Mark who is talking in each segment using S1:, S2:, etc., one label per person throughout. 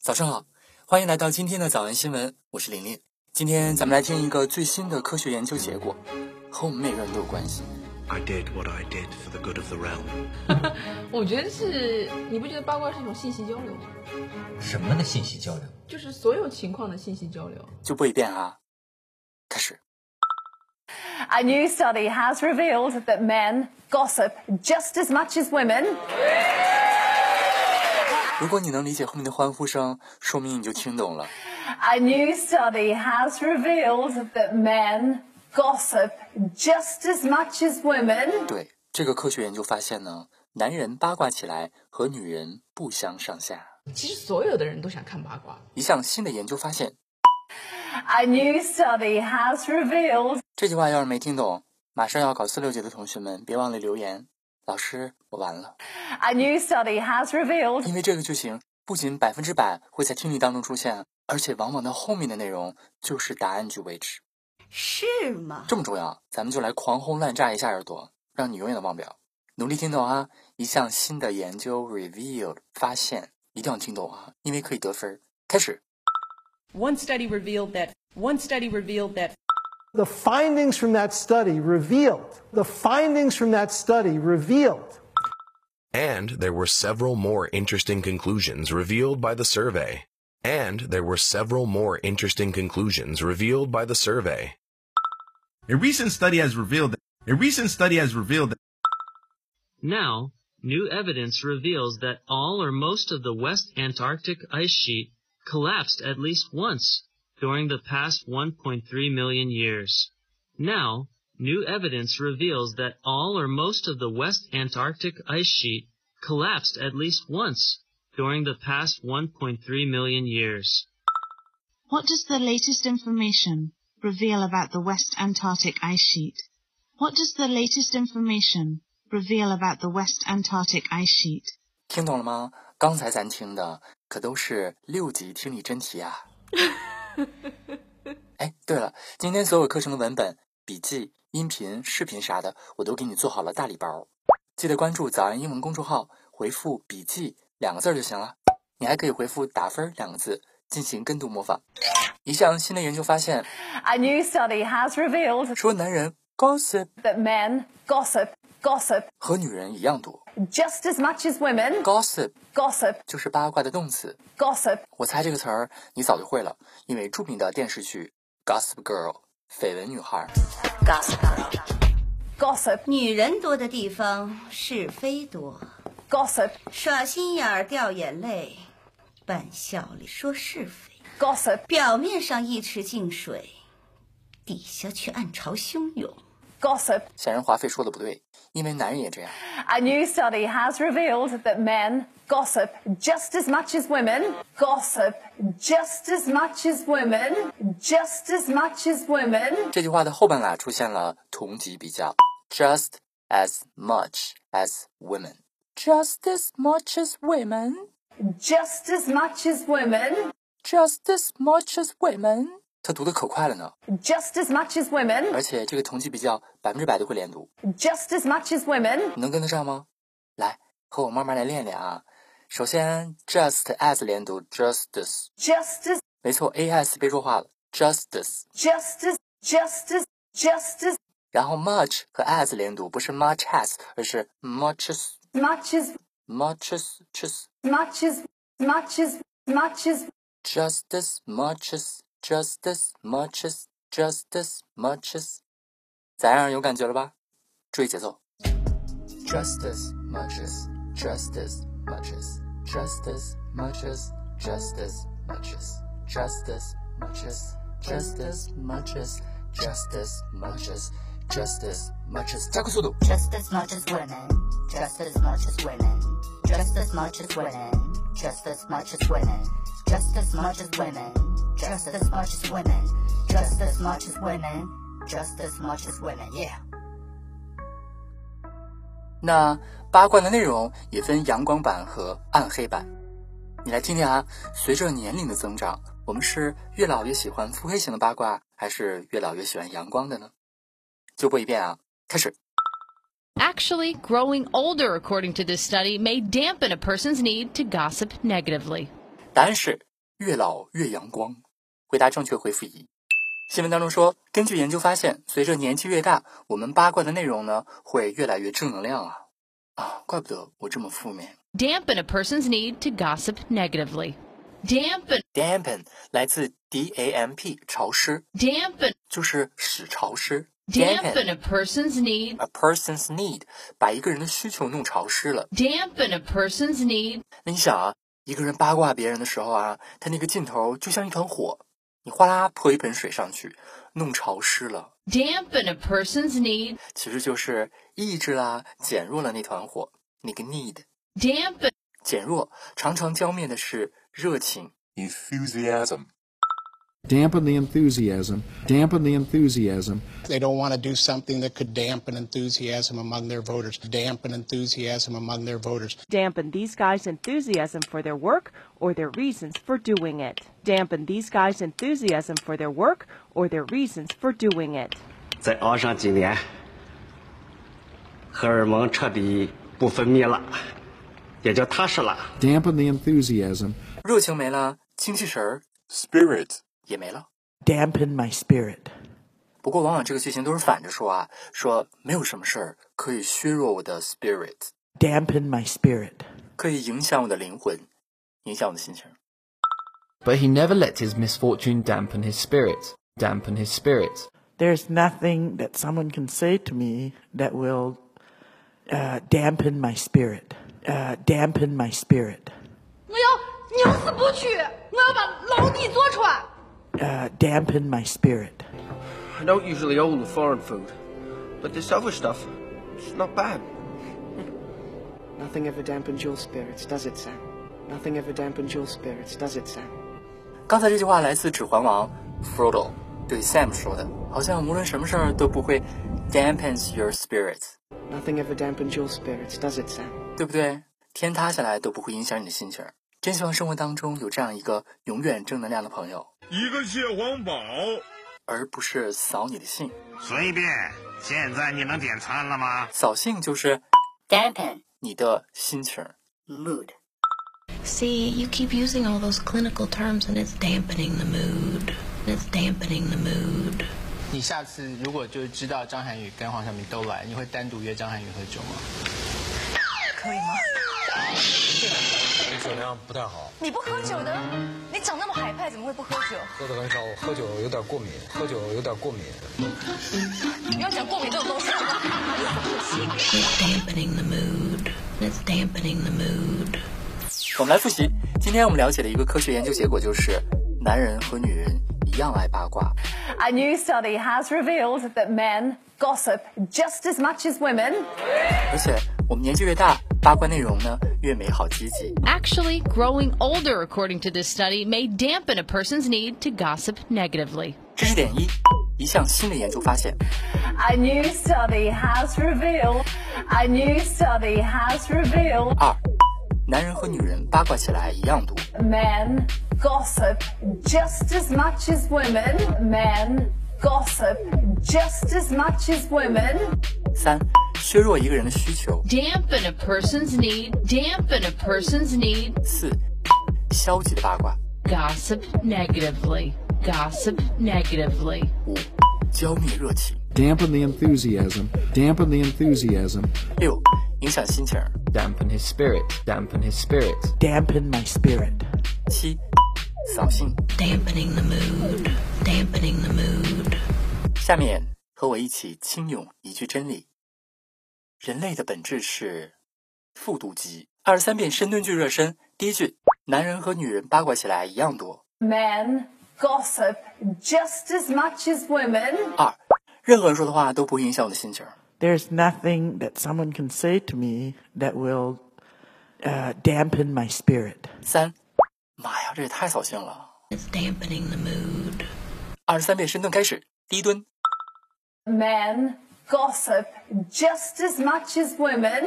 S1: 早上好，欢迎来到今天的早安新闻，我是琳琳。今天咱们来听一个最新的科学研究结果，和我们每个人都有关系。
S2: I did what I did for the good of the realm.
S3: 我觉得是，你不觉得八卦是一种信息交流吗？
S4: 什么的信息交流？
S3: 就是所有情况的信息交流。
S1: 就播一遍啊，开始。
S5: A new study has revealed that men gossip just as much as women.
S1: 如果你能理解后面的欢呼声，说明你就听懂了。
S5: A new study has revealed that men gossip just as much as women.
S1: 对，这个科学研究发现呢，男人八卦起来和女人不相上下。
S3: 其实所有的人都想看八卦，
S1: 一项新的研究发现，
S5: A new study has revealed
S1: 这句话要是没听懂，马上要考四六级的同学们别忘了留言。老师，我完了，
S5: a new study has revealed
S1: 因为这个句型不仅百分之百会在听力当中出现，而且往往到后面的内容就是答案句为止。
S6: 是吗？
S1: 这么重要，咱们就来狂轰滥炸一下耳朵，让你永远的忘不了。努力听懂啊！一项新的研究 revealed 发现，一定要听懂啊，因为可以得分儿。开始，
S7: One study revealed that. One study revealed that.
S8: The findings from that study revealed. The findings from that study revealed.
S2: And there were several more interesting conclusions revealed by the survey. And there were several more interesting conclusions revealed by the survey.
S9: A recent study has revealed that. A recent study has revealed that.
S10: Now, new evidence reveals that all or most of the West Antarctic ice sheet collapsed at least once during the past 1.3 million years. Now, new evidence reveals that all or most of the West Antarctic ice sheet collapsed at least once during the past 1.3 million years.
S11: What does the latest information reveal about the West Antarctic ice sheet? What does the latest information reveal about the West Antarctic ice sheet?
S1: 听懂了吗？刚才咱听的可都是六级听力真题啊！哎，对了，今天所有课程的文本、笔记、音频、视频啥的，我都给你做好了大礼包。记得关注“早安英文”公众号，回复“笔记”两个字儿就行了。你还可以回复“打分”两个字进行跟读模仿。一项新的研究发现，
S5: a new study has revealed
S1: 说男人 gossip
S5: that men gossip gossip
S1: 和女人一样多。
S5: just as much as women.
S1: gossip
S5: Gossip
S1: 就是八卦的动词，
S5: gossip
S1: 我猜这个词儿你早就会了，因为著名的电视剧《Gossip Girl》绯闻女孩
S5: gossip gossip
S6: 女人多的地方是非多，
S5: gossip
S6: 耍心眼儿掉眼泪，扮笑里说是非，
S5: gossip
S6: 表面上一池静水，底下却暗潮汹涌。
S5: gossip
S1: 显然华妃说的不对，因为男人也这样。
S5: A new study has revealed that men gossip just as much as women. Gossip just as much as women. Just as much as women.
S1: 这句话的后半拉出现了同级比较，just as much as women，just as much as women，just
S5: Just as much as women.
S1: as much as women。他读的可快了呢，
S5: Just as much as women.
S1: 而且这个同级比较百分之百都会连读，
S5: Just as much as women.
S1: 你能跟得上吗？来，和我慢慢来练练啊。首先，just as 连读，justice，
S5: Just as.
S1: 没错，as 被弱化了，justice。
S5: Just as. Just as. Just as
S1: 然后 much 和 as 连读，不是 much as，而是 muches
S5: much as.
S1: muches just
S5: Much as. Much as. Much as.
S1: just as much as just as much as just as much as，咋样？有感觉了吧？注意节奏。just as much as just as much as just as much as just as much as just as much as just as much as just as much as just as much as 加快速度。
S6: Just as much as women, just as much as women, just as much as women, just as much as women, just as much as women, just as much as women, just as much as women, just as much as women, yeah.
S1: 那八卦的内容也分阳光版和暗黑版。你来听听啊，随着年龄的增长，我们是越老越喜欢腹黑型的八卦，还是越老越喜欢阳光的呢？就播一遍啊，开始。
S7: Actually, growing older, according to this study, may dampen a person's need to gossip negatively.
S1: 答案是越老越阳光？回答正确回复一。新闻当中说，根据研究发现，随着年纪越大，我们八卦的内容呢会越来越正能量啊啊，怪不得我这么负面。
S12: Dampen a person's need to gossip negatively. Dampen
S1: dampen 来自 d a m p 潮湿
S12: ，dampen
S1: 就是使潮湿。
S12: dampen a person's need
S1: a person's need 把一个人的需求弄潮湿了。
S12: dampen a person's need
S1: 那你想啊，一个人八卦别人的时候啊，他那个劲头就像一团火，你哗啦泼一盆水上去，弄潮湿了。
S12: dampen a person's need
S1: 其实就是抑制啦，减弱了那团火，那个 need
S12: dampen
S1: 减弱，常常浇灭的是热情
S13: enthusiasm. Dampen the enthusiasm. Dampen the enthusiasm.
S14: They don't want to do something that could dampen enthusiasm among their voters. Dampen enthusiasm among their voters.
S15: Dampen these guys' enthusiasm for their work or their reasons for doing it. Dampen these guys' enthusiasm for their work or their reasons for doing it.
S16: 再熬上几年，荷尔蒙彻底不分泌了，也就踏实了。
S13: Dampen the enthusiasm.
S1: 热情没了，精气神儿
S13: Spirit.
S1: 也没了。
S17: dampen my spirit.
S1: 不过往往这个句型都是反着说啊，说没有什么事儿可以削弱我的 spirit，
S17: Dampen my spirit.
S1: 可以影响我的灵魂，影响我的心情。
S18: But he never let his misfortune dampen his spirit, dampen his spirit.
S17: There's nothing that someone can say to me that will uh, dampen my spirit. Uh, dampen my spirit.
S19: 我要宁死不屈，我要把牢底坐穿。
S17: Uh, dampen my spirit.
S20: I don't usually own the foreign food, but this other stuff, it's not bad.
S21: Nothing ever dampens your spirits, does it, Sam? Nothing ever dampens your spirits, does it, Sam?
S1: 刚才这句话来自《指环王》，Frodo 对 Sam 说的，好像无论什么事儿都不会 dampens your spirit，
S21: Nothing ever dampens your spirits, does it, Sam?
S1: 对不对？天塌下来都不会影响你的心情儿。真希望生活当中有这样一个永远正能量的朋友，
S22: 一个蟹黄堡，
S1: 而不是扫你的兴。
S23: 随便。现在你能点餐了吗？
S1: 扫兴就是
S6: dampen
S1: 你的心情儿。
S6: mood.
S24: See, you keep using all those clinical terms and it's dampening the mood. It's dampening the mood.
S25: 你下次如果就知道张涵予跟黄晓明都来，你会单独约张涵予喝酒吗？
S26: 可以吗？
S27: 酒量不太好，
S26: 你不喝酒的，你长那么海派，怎么会不喝酒？
S27: 喝的很少，我喝酒有点过敏，喝酒有点过敏。
S26: 你要讲过敏这种东西，
S24: It's dampening the mood. It's dampening the mood.
S1: 我们来复习，今天我们了解的一个科学研究结果就是，男人和女人一样爱八卦。
S5: A new study has revealed that men gossip just as much as women.
S1: 而且我们年纪越大，八卦内容呢越美好积极。
S12: Actually, growing older, according to this study, may dampen a person's need to gossip negatively.
S1: 知识点一，一项新的研究发现，
S5: A new study has revealed. A new study has revealed.
S1: 二，男人和女人八卦起来一样毒。
S5: Men gossip just as much as women. Men gossip just as much as women.
S1: 三，削弱一个人的需求。
S12: Dampen a person's need. Dampen a person's need.
S1: 四，消极的八卦。
S12: Gossip negatively. Gossip negatively.
S1: 五，浇灭热情。
S13: Dampen the enthusiasm. Dampen the enthusiasm.
S1: 六，影响心情儿。
S18: Dampen his spirit, dampen his spirit.
S17: Dampen my spirit.
S1: 七，扫兴。
S24: Dampening the mood. Dampening the mood.
S1: 下面和我一起轻咏一句真理：人类的本质是复读机。二十三遍深蹲句热身，第一句：男人和女人八卦起来一样多。
S5: Men gossip just as much as women.
S1: 二，任何人说的话都不会影响我的心情儿。
S17: There's nothing that someone can say to me that will uh, dampen my spirit.
S1: 三，妈呀，这也太扫兴了！
S24: It's dampening the mood.
S1: 二十三遍深蹲开始，第一蹲，
S5: Men gossip just as much as women.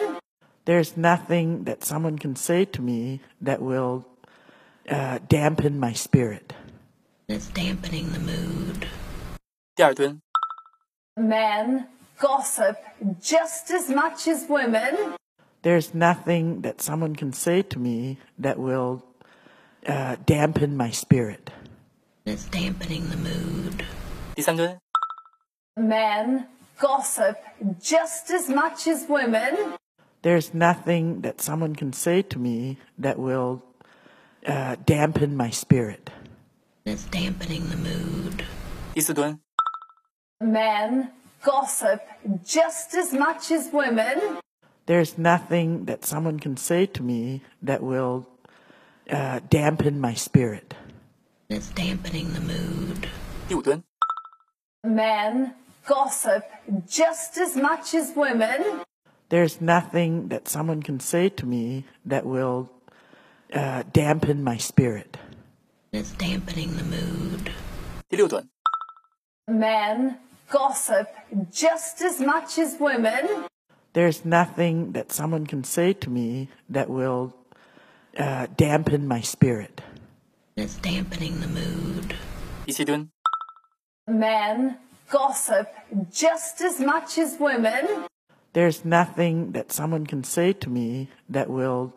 S17: There's nothing that someone can say to me that will uh, dampen my spirit.
S24: It's dampening the mood.
S1: 第二蹲，
S5: Men gossip just as much as women.
S17: There's nothing that someone can say to me that will uh, dampen my spirit.
S24: It's dampening the mood.
S1: 第三蹲，
S5: Men gossip just as much as women.
S17: There's nothing that someone can say to me that will uh, dampen my spirit.
S24: It's dampening the mood.
S1: 第四蹲，
S5: Men gossip just as much as women.
S17: There's nothing that someone can say to me that will uh, dampen my spirit.
S24: It's dampening the mood.
S1: 第五蹲，
S5: Men gossip just as much as women.
S17: There's nothing that someone can say to me that will uh, dampen my spirit.
S24: It's dampening the mood.
S1: 第六蹲，
S5: Men gossip just as much as women.
S17: There's nothing that someone can say to me that will uh, dampen my spirit.
S24: It's dampening the mood.
S1: 第七蹲，
S5: Men gossip just as much as women.
S17: There's nothing that someone can say to me that will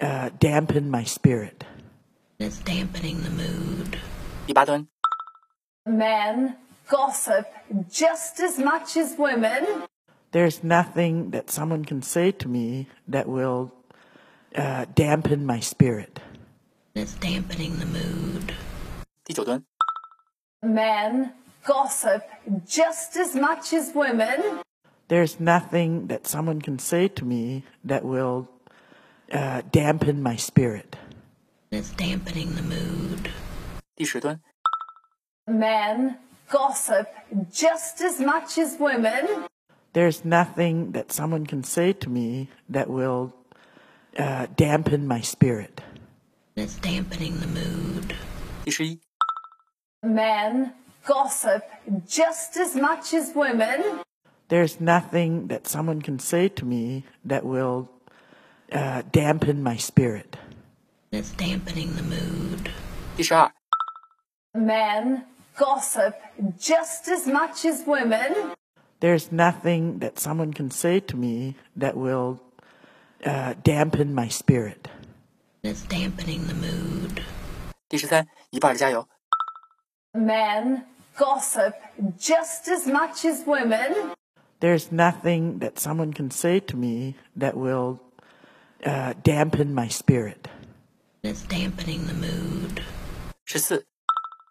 S17: uh, dampen my spirit.
S24: It's dampening the mood.
S1: 第八蹲，
S5: Men gossip just as much as women.
S17: There's nothing that someone can say to me that will uh, dampen my spirit.
S24: It's dampening the mood.
S1: 第九蹲，
S5: Men gossip just as much as women.
S17: There's nothing that someone can say to me that will uh, dampen my spirit.
S24: It's dampening the mood.
S1: 第十蹲，
S5: Men gossip just as much as women.
S17: There's nothing that someone can say to me that will uh, dampen my spirit.
S24: It's dampening the mood.
S1: 第十一，
S5: Men gossip just as much as women.
S17: There's nothing that someone can say to me that will uh, dampen my spirit.
S24: It's dampening the mood.
S1: 第十二，
S5: Men gossip just as much as women.
S17: There's nothing that someone can say to me that will uh, dampen my spirit.
S24: It's dampening the mood.
S1: 第十三，一半儿的加油。
S5: Men gossip just as much as women.
S17: There's nothing that someone can say to me that will uh, dampen my spirit.
S24: It's dampening the mood.
S1: 十四，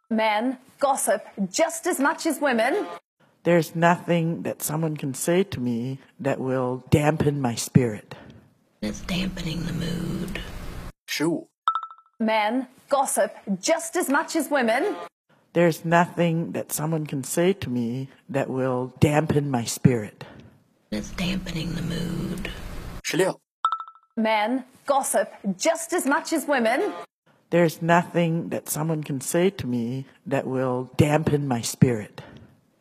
S5: Men gossip just as much as women.
S17: There's nothing that someone can say to me that will dampen my spirit.
S24: It's dampening the mood.
S1: 十五，
S5: Men gossip just as much as women.
S17: There's nothing that someone can say to me that will dampen my spirit.
S24: It's dampening the mood.
S1: 十六，
S5: Men gossip just as much as women.
S17: There's nothing that someone can say to me that will dampen my spirit.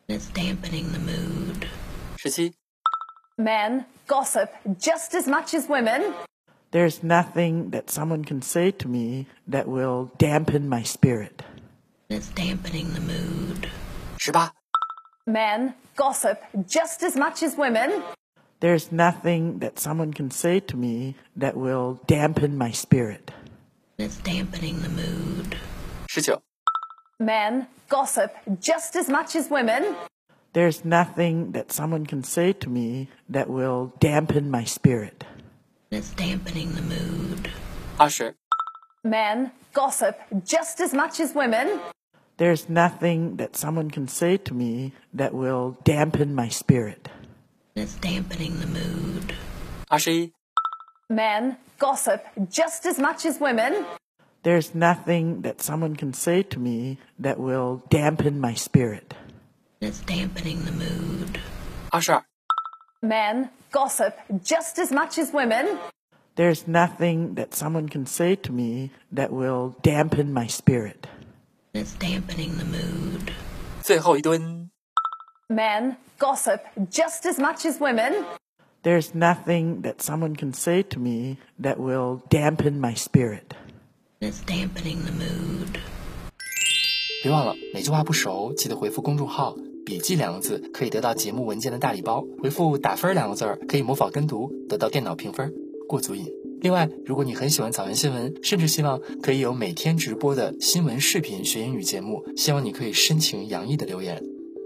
S24: It's dampening the mood.
S1: 十七，
S5: Men gossip just as much as women.
S17: There's nothing that someone can say to me that will dampen my spirit.
S24: It's dampening the mood.
S1: 十八，
S5: Men gossip just as much as women.
S17: There's nothing that someone can say to me that will dampen my spirit.
S24: It's dampening the mood.
S1: 十九，
S5: Men gossip just as much as women.
S17: There's nothing that someone can say to me that will dampen my spirit.
S24: It's dampening the mood.
S1: 二十，
S5: Men gossip just as much as women.
S17: There's nothing that someone can say to me that will dampen my spirit.
S24: It's dampening the mood.
S1: 二十一，
S5: Men gossip just as much as women.
S17: There's nothing that someone can say to me that will dampen my spirit.
S24: It's dampening the mood.
S1: 二十二，
S5: Men gossip just as much as women.
S17: There's nothing that someone can say to me that will dampen my spirit.
S24: It's dampening the mood.
S1: 最后一蹲。
S5: Men gossip just as much as women.
S17: There's nothing that someone can say to me that will dampen my spirit.
S24: It's dampening the mood.
S1: 别忘了，哪句话不熟，记得回复公众号“笔记”两个字，可以得到节目文件的大礼包；回复“打分”两个字儿，可以模仿跟读，得到电脑评分。过足瘾。
S28: 另外，如果你很喜欢草原新闻，甚至希望可以有每天直播的新闻视频学英语节目，希望你可以深情洋溢的留言，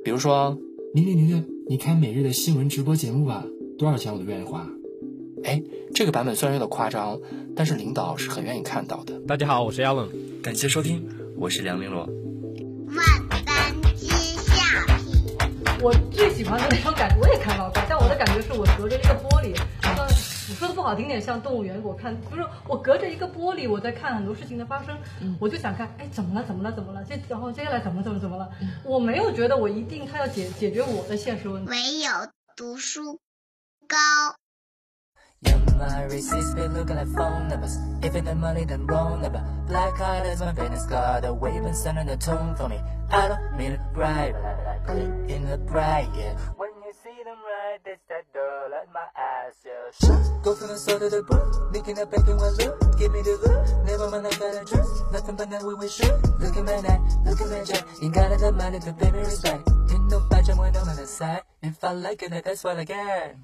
S28: 比如说：“零零零零，你开每日的新闻直播节目吧，多少钱我都愿意花。”哎，这个版本虽然有点夸张，但是领导是很愿意看到的。
S17: 大家好，我是 Allen，
S28: 感谢收听，我是梁玲珑。
S24: 万般皆下品，
S12: 我最喜欢的那种感觉，我也看到过，但我的感觉是我隔着一个玻璃，像你说的不好听点，像动物园，我看就是我隔着一个玻璃，我在看很多事情的发生，我就想看，哎，怎么了，怎么了，怎么了，接然后接下来怎么了，怎么怎么了，我没有觉得我一定他要解解决我的现实问题，
S24: 唯有读书高。
S1: Yeah, my receipts be looking like phone numbers. If it ain't money, then wrong number. Black card is my business card. The way you been sending the tone for me. I don't mean to brag, but I like it in the bright, yeah. When you see them right, it's that girl at my ass, yeah. Shoot, go from the start of the book. Licking up bacon with look. Give me the look. Never mind, I got a dress. Nothing but that we we should. Look at my neck, look at my jack. Ain't got enough money to pay me respect. Ain't no budget when I'm on the side. If I like it, then that's what I get.